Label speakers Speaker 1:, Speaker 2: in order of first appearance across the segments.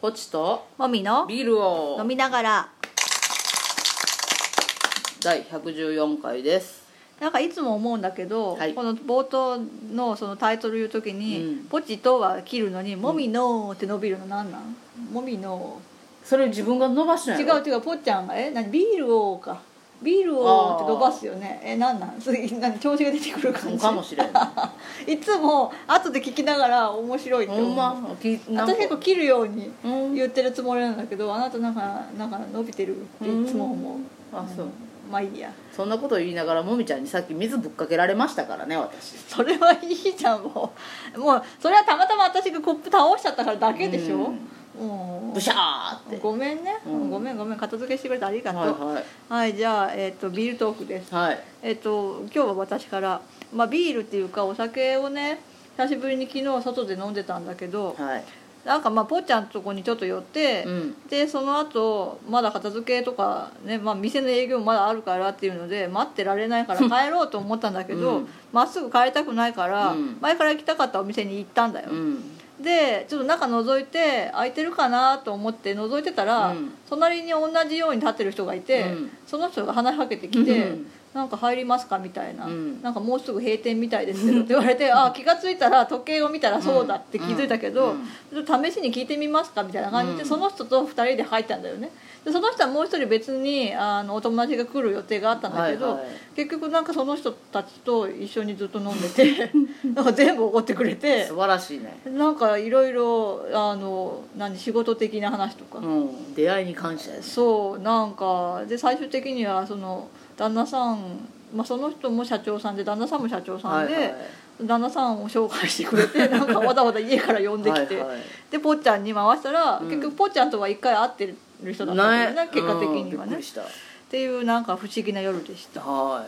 Speaker 1: ポチと
Speaker 2: もみの
Speaker 1: ビールを
Speaker 2: 飲みながら
Speaker 1: 第114回です
Speaker 2: なんかいつも思うんだけど、
Speaker 1: はい
Speaker 2: この冒頭のそのタイトル言う時に
Speaker 1: う
Speaker 2: 「
Speaker 1: ん
Speaker 2: ポチと」は切るのに「もみの」って伸びるの何なんもみの
Speaker 1: それ自分が伸ばし
Speaker 2: 違
Speaker 1: な
Speaker 2: う
Speaker 1: いの
Speaker 2: 違うぽっちゃんが「え何ビールを」か「ビールを」って伸ばすよねえ何なんそれ何調子が出てくる感じ
Speaker 1: かもしれん
Speaker 2: いつも後で聞きながら面白いって
Speaker 1: ほ
Speaker 2: 思うん
Speaker 1: まきなんか
Speaker 2: 私結構切るように
Speaker 1: うん
Speaker 2: 言ってるつもりなんだけどあなたなんかなんか伸びてるっていつも思う
Speaker 1: あそう
Speaker 2: まあいいや
Speaker 1: そんなこと言いながらもみちゃんにさっき水ぶっかけられましたからね私
Speaker 2: それはいいじゃんもうもうそれはたまたま私がコップ倒しちゃったからだけでしょ、もう
Speaker 1: ブシャーって
Speaker 2: ごめんね、
Speaker 1: うん
Speaker 2: ごめんごめん片付けしてくれてありがとう
Speaker 1: はいはい
Speaker 2: はい、じゃあ、えっとビールトークです
Speaker 1: はい
Speaker 2: えっと今日は私から、まあ、ビールっていうかお酒をね久しぶりに昨日外で飲んでたんだけど
Speaker 1: はい
Speaker 2: なんかまあぽっちゃんとこにちょっと寄って、
Speaker 1: うん
Speaker 2: でその後まだ片付けとか、ねまあ、店の営業もまだあるからっていうので待ってられないから帰ろうと思ったんだけ
Speaker 1: う
Speaker 2: ど
Speaker 1: ん
Speaker 2: ま、っすぐ帰りたくないから、
Speaker 1: うん
Speaker 2: 前から行きたかったお店に行ったんだよ
Speaker 1: う、ん
Speaker 2: でちょっと中覗いて空いてるかなと思って覗いてたら、
Speaker 1: うん
Speaker 2: 隣に同じように立ってる人がいて、
Speaker 1: うん
Speaker 2: その人が話しかけてきて、
Speaker 1: うん
Speaker 2: なんか入りますかみたいな、
Speaker 1: うん
Speaker 2: なんかもうすぐ閉店みたいですけどって言わ れてあ気が付いたら時計を見たらそうだって気づいたけど、
Speaker 1: うん
Speaker 2: ちょっと試しに聞いてみますかみたいな感じで、
Speaker 1: うん
Speaker 2: その人と2人で入ったんだよねでその人はもう一人別にあのお友達が来る予定があったんだけど、
Speaker 1: はいはい
Speaker 2: 結局なんかその人たちと一緒にずっと飲んで てなんか全部おごってくれて
Speaker 1: 素晴らしいね
Speaker 2: なんかいろいろあの何仕事的な話とか、
Speaker 1: うん出会いに感謝です
Speaker 2: そうなんかで最終的にはその旦那さん、まあ、その人も社長さんで旦那さんも社長さんで、
Speaker 1: はいはい
Speaker 2: 旦那さんを紹介してく れてなんかわざわざ家から呼んできて
Speaker 1: はいはい
Speaker 2: でぽっちゃんに回したら、
Speaker 1: うん
Speaker 2: 結局ぽっちゃんとは一回会ってる人だったんだよね
Speaker 1: ね
Speaker 2: 結果的に
Speaker 1: う
Speaker 2: は
Speaker 1: んびっく
Speaker 2: ね。っ
Speaker 1: りした
Speaker 2: ていうなんか不思議な夜でしたっ
Speaker 1: は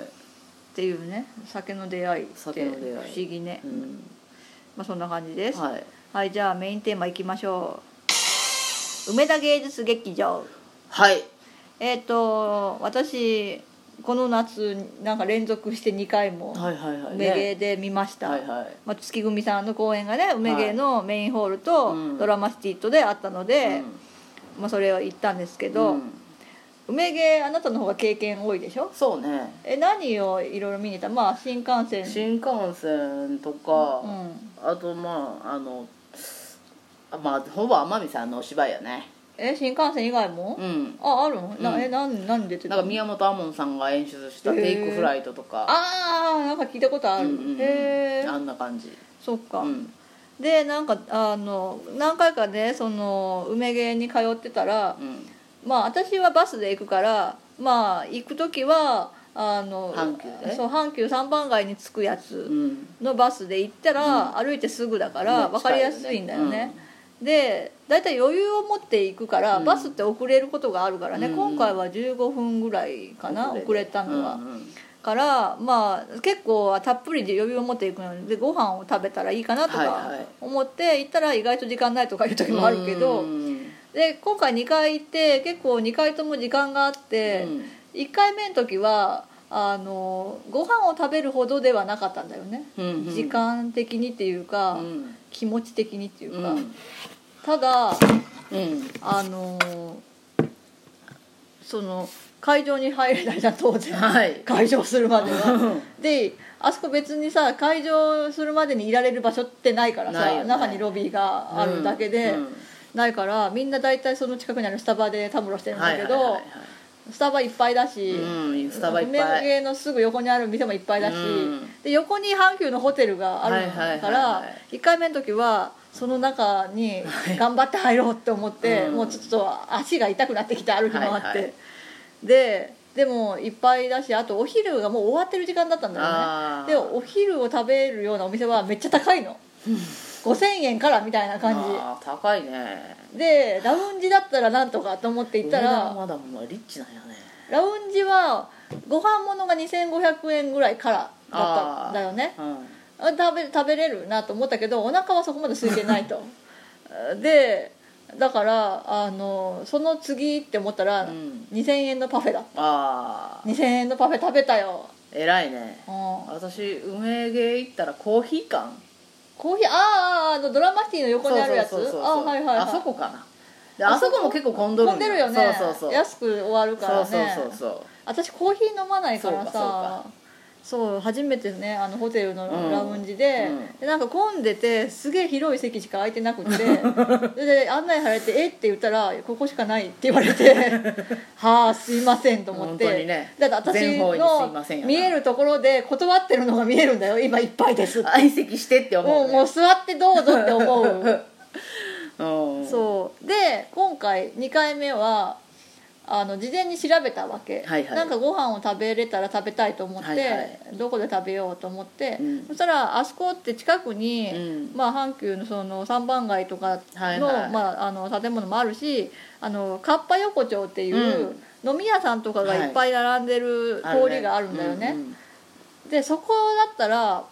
Speaker 2: ていうね酒の出会いって
Speaker 1: 酒
Speaker 2: 不
Speaker 1: の出会い
Speaker 2: 思議ね、
Speaker 1: い、うん、
Speaker 2: まあ、そんな感じです。
Speaker 1: はい
Speaker 2: はいじゃあメインテーマいきましょう梅田芸術劇場
Speaker 1: はい
Speaker 2: えっ、と私この夏なんか連続して2回も
Speaker 1: はいはいはい
Speaker 2: 梅芸
Speaker 1: ね
Speaker 2: で見ました、
Speaker 1: はいはい
Speaker 2: まあ、月組さんの公演がね梅芸のメインホールと
Speaker 1: うん
Speaker 2: ドラマシティとであったので、
Speaker 1: うん
Speaker 2: まあ、それを行ったんですけど、
Speaker 1: うん
Speaker 2: 梅芸あなたの方が経験多いでしょ
Speaker 1: そうね
Speaker 2: え何をいろいろ見に行ったまあ新幹線
Speaker 1: 新幹線とか、
Speaker 2: うん、
Speaker 1: あとまああのあまあほぼ天海さんのお芝居やね
Speaker 2: え新幹線以外も、
Speaker 1: うん
Speaker 2: ああるの、な
Speaker 1: うん
Speaker 2: えなん何出て
Speaker 1: なん
Speaker 2: の
Speaker 1: か宮本亞門さんが演出した「
Speaker 2: へー
Speaker 1: テイクフライト」とか
Speaker 2: ああなんか聞いたことある、
Speaker 1: うんうんうん
Speaker 2: へえ
Speaker 1: あんな感じ
Speaker 2: そっか、
Speaker 1: うん
Speaker 2: でなんかあの何回かねその梅芸に通ってたら
Speaker 1: う、ん
Speaker 2: まあ私はバスで行くからまあ行く時はあの
Speaker 1: 阪急ね
Speaker 2: そう阪急三番街に着くや
Speaker 1: う
Speaker 2: つ
Speaker 1: ん
Speaker 2: のバスで行ったら、歩いてすぐだから
Speaker 1: ね
Speaker 2: 分かりやすいんだよね
Speaker 1: 近いよね
Speaker 2: でだいたい余裕を持って行くから、
Speaker 1: うん
Speaker 2: バスって遅れることがあるからね、
Speaker 1: うんうん
Speaker 2: 今回は15分ぐらいかな遅れたのは、
Speaker 1: うんうん
Speaker 2: からまあ結構たっぷりで余裕を持っていくのでご飯を食べたらいいかなと
Speaker 1: はい
Speaker 2: か
Speaker 1: はい
Speaker 2: 思って行ったら意外と時間ないとかいう時もあるけど、
Speaker 1: うん
Speaker 2: で今回2回行って結構2回とも時間があって、
Speaker 1: うん
Speaker 2: 1回目の時はあのご飯を食べるほどではなかったんだよね、
Speaker 1: うんうん
Speaker 2: 時間的にっていうか、
Speaker 1: うん
Speaker 2: 気持ち的にっていううか、
Speaker 1: ん
Speaker 2: ただ
Speaker 1: うん
Speaker 2: あのその会場に入れないじゃん当然。
Speaker 1: はい
Speaker 2: 会場するま ではであそこ別にさ会場するまでにいられる場所ってないからさ
Speaker 1: ないよね
Speaker 2: 中にロビーがあるだけで、
Speaker 1: うんうん
Speaker 2: ないからみんな大体その近くにあるスタバでたむろしてるんだけど、
Speaker 1: はいはい
Speaker 2: スタバいっぱいだし、
Speaker 1: はいはいうんスタバいっ
Speaker 2: 梅
Speaker 1: ぱ
Speaker 2: の
Speaker 1: い
Speaker 2: 芸のすぐ横にある店もいっぱいだし、
Speaker 1: うん
Speaker 2: で横に阪急のホテルがある
Speaker 1: はいはい
Speaker 2: か
Speaker 1: はいは
Speaker 2: ら
Speaker 1: い
Speaker 2: 1回目の時はその中に頑張って入ろうって思って、
Speaker 1: うん
Speaker 2: もうちょっと足が痛くなってきて歩き回って、
Speaker 1: はいはい
Speaker 2: ででもいっぱいだしあとお昼がもう終わってる時間だったんだよね
Speaker 1: あー
Speaker 2: でお昼を食べるようなお店はめっちゃ高いの5000円からみたいな感じ
Speaker 1: あー高いね
Speaker 2: でラウンジだったらなんとかと思って行った
Speaker 1: 俺
Speaker 2: ら
Speaker 1: まだまだリッチなんやね
Speaker 2: ラウンジはご飯物が2500円ぐらいからだったんだよね
Speaker 1: うん
Speaker 2: あ食べ食べれるなと思ったけどお腹はそこまで空いてない とでだからあのその次って思ったら、
Speaker 1: うん
Speaker 2: 2000円のパフェだ
Speaker 1: ああ
Speaker 2: 2000円のパフェ食べたよ、
Speaker 1: 偉いね
Speaker 2: うん、
Speaker 1: 私梅芸行ったらコーヒー館
Speaker 2: コーヒーあーあーあのドラマシティの横にあるやつ
Speaker 1: そうそうそうそう
Speaker 2: あはいはい、はい、
Speaker 1: あそこかなであそこも結構混んどる
Speaker 2: 混んでるよね
Speaker 1: そうそうそう
Speaker 2: 安く終わるからね
Speaker 1: そうそうそうそう
Speaker 2: 私コーヒー飲まないから
Speaker 1: そうかそう
Speaker 2: さ
Speaker 1: か
Speaker 2: そう初めてねあのホテルの
Speaker 1: うん
Speaker 2: ラウンジで,、
Speaker 1: うん
Speaker 2: でなんか混んでてすげえ広い席しか空いてな くてそれで案内されて「えっ?」て言ったら「ここしかない」って言われて 「はあすいません」と思って
Speaker 1: 本当にね
Speaker 2: だって私
Speaker 1: 全方位にすいませんや
Speaker 2: の
Speaker 1: な
Speaker 2: 見えるところで断ってるのが見えるんだよ今いっぱいですって
Speaker 1: 相席してって思
Speaker 2: も
Speaker 1: う、
Speaker 2: うもう
Speaker 1: ね、
Speaker 2: 座ってどうぞって思う
Speaker 1: もうん
Speaker 2: そうで今回2回目はあの事前に調べたわけ、
Speaker 1: はいはい
Speaker 2: なんかご飯を食べれたら食べたいと思って、
Speaker 1: はいはい
Speaker 2: どこで食べようと思って、
Speaker 1: うん
Speaker 2: そしたらあそこって近くに、
Speaker 1: うん
Speaker 2: まあ、阪急のその三番街とかの,、
Speaker 1: はいはい
Speaker 2: まあ、あの建物もあるしあのかっぱ横丁っていう
Speaker 1: う、
Speaker 2: 飲み屋さんとかがいっぱい並んでる通りがあるんだよね、でそこだったら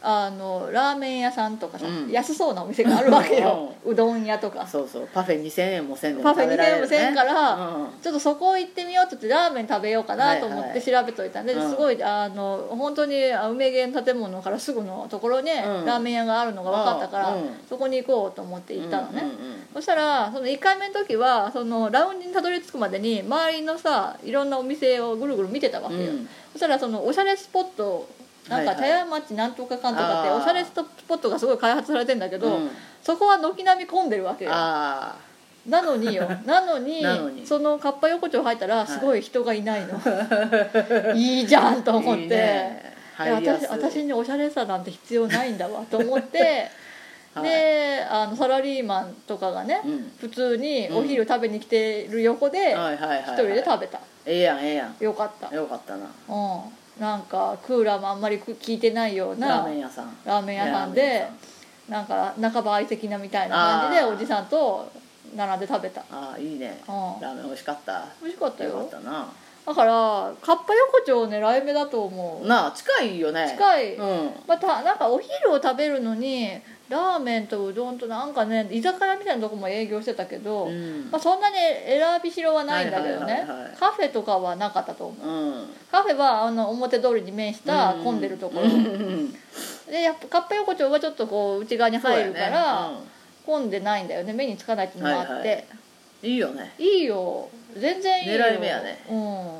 Speaker 2: あのラーメン屋さんとかさ、
Speaker 1: うん
Speaker 2: 安そうなお店があるわけよ、うどん屋とか
Speaker 1: うんそうそうパフェ2000円もせんでも
Speaker 2: パフェ
Speaker 1: 食べられ
Speaker 2: 2
Speaker 1: る、
Speaker 2: 円
Speaker 1: ね、
Speaker 2: もせんから、
Speaker 1: うん
Speaker 2: ちょっとそこ行ってみようって言ってラーメン食べようかなと思
Speaker 1: はい
Speaker 2: っ
Speaker 1: は
Speaker 2: て
Speaker 1: い
Speaker 2: 調べといたんで、
Speaker 1: うん
Speaker 2: すごいあの本当にあ梅源の建物からすぐのところに、
Speaker 1: うん
Speaker 2: ラーメン屋があるのが分かったから、
Speaker 1: うんうん
Speaker 2: そこに行こうと思って行ったのね、
Speaker 1: うんうんうん
Speaker 2: そしたらその1回目の時はそのラウンジにたどり着くまでに周りのさいろんなお店をぐるぐる見てたわけよ、
Speaker 1: うん
Speaker 2: そしたらそのおしゃれスポットなんか
Speaker 1: はいは
Speaker 2: 茶
Speaker 1: い
Speaker 2: 屋町なんとかかんとかって
Speaker 1: あー
Speaker 2: おしゃれスポットがすごい開発されてんだけど、
Speaker 1: うん
Speaker 2: そこは軒並み混んでるわけよ
Speaker 1: ああ
Speaker 2: なのによ なのに
Speaker 1: なのに
Speaker 2: そのかっぱ横丁入ったら
Speaker 1: い
Speaker 2: すごい人がいない の、い、いじゃんと思って
Speaker 1: いいね
Speaker 2: で
Speaker 1: 入りやす
Speaker 2: 私
Speaker 1: い
Speaker 2: 私におしゃれさなんて必要ないん だわと思って、
Speaker 1: はい
Speaker 2: であのサラリーマンとかがね、
Speaker 1: うん
Speaker 2: 普通にお昼食べに来てる横で
Speaker 1: はいはいはいはい
Speaker 2: 一人で食べた
Speaker 1: ええやんええや
Speaker 2: よかった
Speaker 1: んよかったな
Speaker 2: うん、なんかクーラーもあんまり効いてないような
Speaker 1: ラーメン屋さん
Speaker 2: ラーメン屋さん
Speaker 1: ラーメン
Speaker 2: で
Speaker 1: 屋さん
Speaker 2: なんか半ば相席なみたいな感じで
Speaker 1: あー
Speaker 2: おじさんと並んで食べた
Speaker 1: ああいいね
Speaker 2: うん
Speaker 1: ラーメン美味しかった
Speaker 2: 美味しかった
Speaker 1: よか
Speaker 2: よ
Speaker 1: ったな
Speaker 2: だからかっぱ横丁狙い目だと思う
Speaker 1: なあ近いよね
Speaker 2: 近い、
Speaker 1: うん
Speaker 2: またなんかお昼を食べるのにラーメンとうどんとなんかね居酒屋みたいなとこも営業してたけど、
Speaker 1: うん
Speaker 2: まあ、そんなに選びしろはないんだけど
Speaker 1: はい
Speaker 2: ね
Speaker 1: はいはいはい
Speaker 2: カフェとかはなかったと思う
Speaker 1: うん
Speaker 2: カフェはあの表通りに面した混んでるところ、
Speaker 1: うんうん
Speaker 2: でやっぱかっぱ横丁はちょっとこう内側に入るから、
Speaker 1: そうやね
Speaker 2: 混んでないんだよね目につかないっていうのもあって、
Speaker 1: はい
Speaker 2: い
Speaker 1: はいうんいいよね
Speaker 2: い、よ全然いいよ
Speaker 1: 狙い目やね
Speaker 2: うんい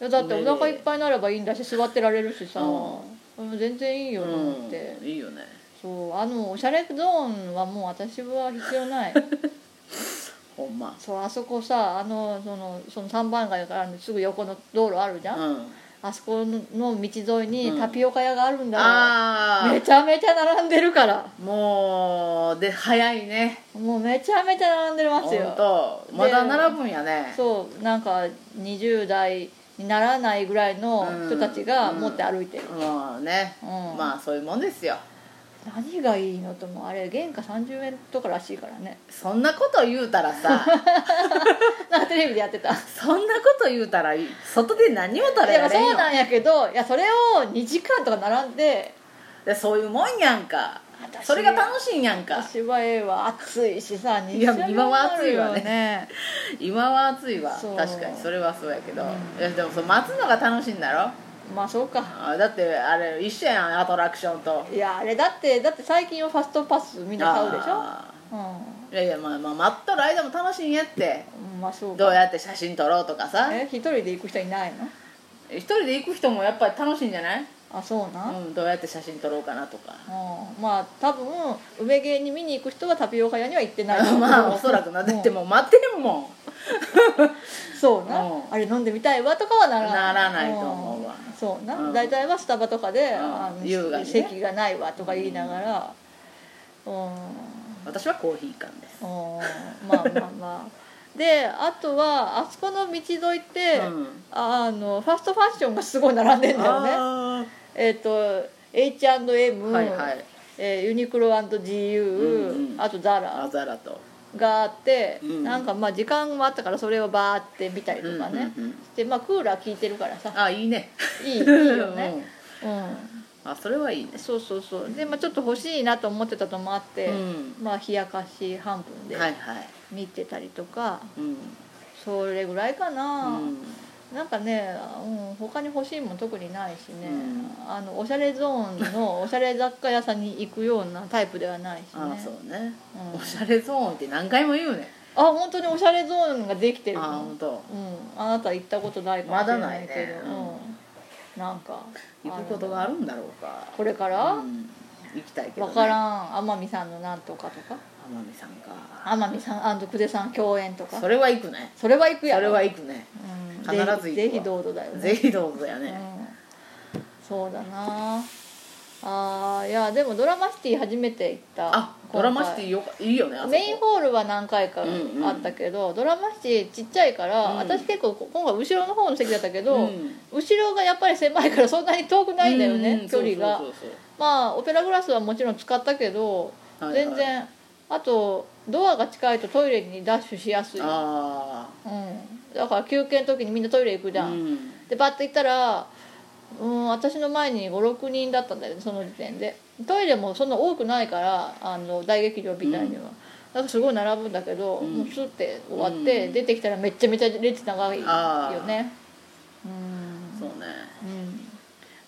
Speaker 2: やだってお腹いっぱいになればいいんだし座ってられるしさ、
Speaker 1: う
Speaker 2: うん全然いいよと思って、
Speaker 1: うんいいよね
Speaker 2: そうあのおしゃれゾーンはもう私は必 要ない
Speaker 1: ほんま
Speaker 2: そうあそこさあのそのその3番街からのすぐ横の道路あるじゃん、
Speaker 1: うん
Speaker 2: あそこの道沿いに
Speaker 1: うん
Speaker 2: タピオカ屋があるんだよ、
Speaker 1: あ
Speaker 2: めちゃめちゃ並んでるから
Speaker 1: あもうで早いね
Speaker 2: もうめちゃめちゃ並んでますよ
Speaker 1: 本当まだ並ぶんやね
Speaker 2: そうなんか20代にならないぐらいの人たちが
Speaker 1: うん
Speaker 2: 持って歩いてる、
Speaker 1: まあね
Speaker 2: うん
Speaker 1: まあそういうもんですよ
Speaker 2: 何がいいのともあれ原価30円とからしいから ね
Speaker 1: そんなこと言うたらさ
Speaker 2: なんかテレビでやって た
Speaker 1: そんなこと言うたら外で何を食べ
Speaker 2: でも
Speaker 1: られん
Speaker 2: そ
Speaker 1: よ
Speaker 2: うなんやけどいやそれを2時間とか並んで
Speaker 1: でそういうもんやんか
Speaker 2: 私は
Speaker 1: それが楽しいんやんか
Speaker 2: 私はええわ暑いしさ日
Speaker 1: いや
Speaker 2: 射
Speaker 1: 今は
Speaker 2: もあるよ
Speaker 1: 暑いわ今は暑いわ
Speaker 2: そう
Speaker 1: 確かにそれはそうやけど、
Speaker 2: うん
Speaker 1: いやでもそう待つのが楽しいんだろ
Speaker 2: まあそうか
Speaker 1: あだってあれ一緒やんアトラクションと
Speaker 2: いやあれだってだって最近はファストパスみんな買うでしょ
Speaker 1: あー
Speaker 2: う
Speaker 1: いやいやまあまあ待っとる間も楽しいんやって
Speaker 2: んまあそうか
Speaker 1: どうやって写真撮ろうとかさ
Speaker 2: え一人で行く人いないの
Speaker 1: 一人で行く人もやっぱり楽しいんじゃない、
Speaker 2: あそうなん、
Speaker 1: うん、どうやって写真撮ろうかなと か
Speaker 2: うんまあ多分梅芸に見に行く人はタピオカ屋には行ってないと思 う
Speaker 1: まあおそらくなだってもう待ってんもん
Speaker 2: そうな、
Speaker 1: うん
Speaker 2: あれ飲んでみたいわとかはならない
Speaker 1: ならないと思うわ
Speaker 2: んそうな、
Speaker 1: うん
Speaker 2: 大体はスタバとかで、あの
Speaker 1: 優雅にね
Speaker 2: 席がないわとか言いながらうん、うん
Speaker 1: 私はコーヒー缶です
Speaker 2: まあまあ まあであとはあそこの道沿いって、
Speaker 1: うん
Speaker 2: あのファストファッションがすごい並んでんだよね
Speaker 1: あ
Speaker 2: えっ、と H&M、
Speaker 1: はいはい
Speaker 2: えーユニクロ &GU、
Speaker 1: うんうん
Speaker 2: あとザラ
Speaker 1: ーあざらと
Speaker 2: があって、
Speaker 1: うん
Speaker 2: なんかまあ時間もあったからそれをバーって見たりとかね、
Speaker 1: うんうんうん
Speaker 2: でまあクーラー効いてるか らさ
Speaker 1: あいいね
Speaker 2: いいいいよね、うん
Speaker 1: うんあそれはいいね
Speaker 2: そうそうそうで、まあ、ちょっと欲しいなと思ってたのもあって、
Speaker 1: うん
Speaker 2: まあ冷やかし半分で
Speaker 1: はいはい
Speaker 2: 見てたりとか、
Speaker 1: うん
Speaker 2: それぐらいかな、
Speaker 1: うん
Speaker 2: なんかね、うん、他に欲しいもん特にないしね、
Speaker 1: う
Speaker 2: あのおしゃれゾーン のおしゃれ雑貨屋さんに行くようなタイプではないしね
Speaker 1: ああそうね
Speaker 2: うん
Speaker 1: おしゃれゾーンって何回も言うね
Speaker 2: あ本当におしゃれゾーンができてる
Speaker 1: あ
Speaker 2: の
Speaker 1: 本当
Speaker 2: うん、あなた行ったことないかもしれないけど、
Speaker 1: まだないね
Speaker 2: うん、なんか
Speaker 1: 行くことがあるんだろうか
Speaker 2: これか
Speaker 1: う
Speaker 2: ら、
Speaker 1: ん、行きたいけど、
Speaker 2: わ
Speaker 1: ね、
Speaker 2: からん天海さんのなんとかとか
Speaker 1: 天海さんか
Speaker 2: 天海さん久世さん共演とか
Speaker 1: それは行くね
Speaker 2: それは行くや
Speaker 1: そ
Speaker 2: ろ
Speaker 1: れは行くね
Speaker 2: うん、
Speaker 1: 必ず行くわ
Speaker 2: ぜひぜひ堂々だよね
Speaker 1: ぜひどうぞや
Speaker 2: う
Speaker 1: ね、
Speaker 2: ん、そうだなあーいやでもドラマシティ初めて行った
Speaker 1: あドラマシティ
Speaker 2: ィ
Speaker 1: よかいいよねあそこ
Speaker 2: メインホールは何回か
Speaker 1: うんうん
Speaker 2: あったけど、ドラマシティちっちゃいから、
Speaker 1: うん
Speaker 2: 私結構こ今回後ろの方の席だったけど、
Speaker 1: うん
Speaker 2: 後ろがやっぱり狭いからそんなに遠くないんだよね、
Speaker 1: うん
Speaker 2: 距離が
Speaker 1: そうそうそう
Speaker 2: まあオペラグラスはもちろん使ったけど、
Speaker 1: そうはいはい
Speaker 2: 全然あとドアが近いとトイレにダッシュしやすい、うん、
Speaker 1: あ
Speaker 2: だから休憩の時にみんなトイレ行くじ
Speaker 1: あ
Speaker 2: ゃん、
Speaker 1: うん
Speaker 2: でバッて行ったらうん私の前に56人だったんだよねその時点でトイレもそんな多くないからあの大劇場みたいには、だからすごい並ぶんだけど、
Speaker 1: うん
Speaker 2: もうスッて終わって、
Speaker 1: うん
Speaker 2: 出てきたらめちゃめちゃ列長い
Speaker 1: あー
Speaker 2: よねうん
Speaker 1: そうね
Speaker 2: うん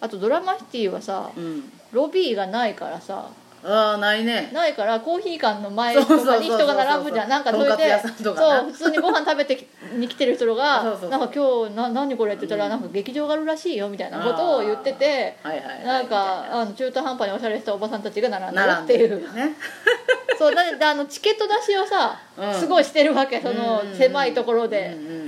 Speaker 2: あとドラマシティはさ
Speaker 1: うん
Speaker 2: ロビーがないからさ
Speaker 1: ああないね
Speaker 2: ないからコーヒー館の前
Speaker 1: そ
Speaker 2: と
Speaker 1: うそうそうそう
Speaker 2: かに人が並ぶじゃんなんかそれ
Speaker 1: とんかつ
Speaker 2: で
Speaker 1: 屋さん
Speaker 2: そ
Speaker 1: と
Speaker 2: う
Speaker 1: かな
Speaker 2: 普通にご飯食べてきに来てる人が
Speaker 1: そうそうそう
Speaker 2: なんか今日な何これって言ったら
Speaker 1: うん
Speaker 2: なんか劇場があるらしいよみたいなことを言ってて
Speaker 1: はいはいはい
Speaker 2: なん
Speaker 1: み
Speaker 2: かあの中途半端におしゃれしたおばさんたちが並ん
Speaker 1: た
Speaker 2: で
Speaker 1: い
Speaker 2: る
Speaker 1: な
Speaker 2: っ
Speaker 1: 並ん
Speaker 2: ていう
Speaker 1: でるね
Speaker 2: そうだってあのチケット出しをさ
Speaker 1: うん
Speaker 2: すごいしてるわけその
Speaker 1: うん
Speaker 2: 狭いところ
Speaker 1: う
Speaker 2: で
Speaker 1: んうんうんうん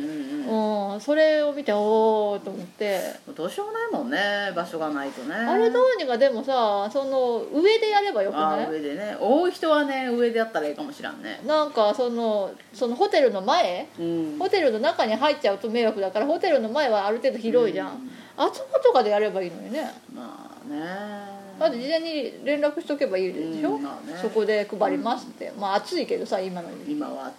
Speaker 2: うんそれを見ておおと思って
Speaker 1: どうしようもないもんね場所がないとね
Speaker 2: あれどうにかでもさその上でやればよく
Speaker 1: あ
Speaker 2: な
Speaker 1: あ
Speaker 2: い
Speaker 1: 上でね多い人はね上でやったらいいかもしらんね
Speaker 2: なんかそのそのホテルの前
Speaker 1: うん
Speaker 2: ホテルの中に入っちゃうと迷惑だからホテルの前はある程度広いじゃん、
Speaker 1: うん
Speaker 2: あそことかでやればいいのにね
Speaker 1: まあね
Speaker 2: だって事前に連絡しとけばいいでしょ、
Speaker 1: うんまあね
Speaker 2: そこで配りますって、まあ暑いけどさ今の時期
Speaker 1: 今は暑い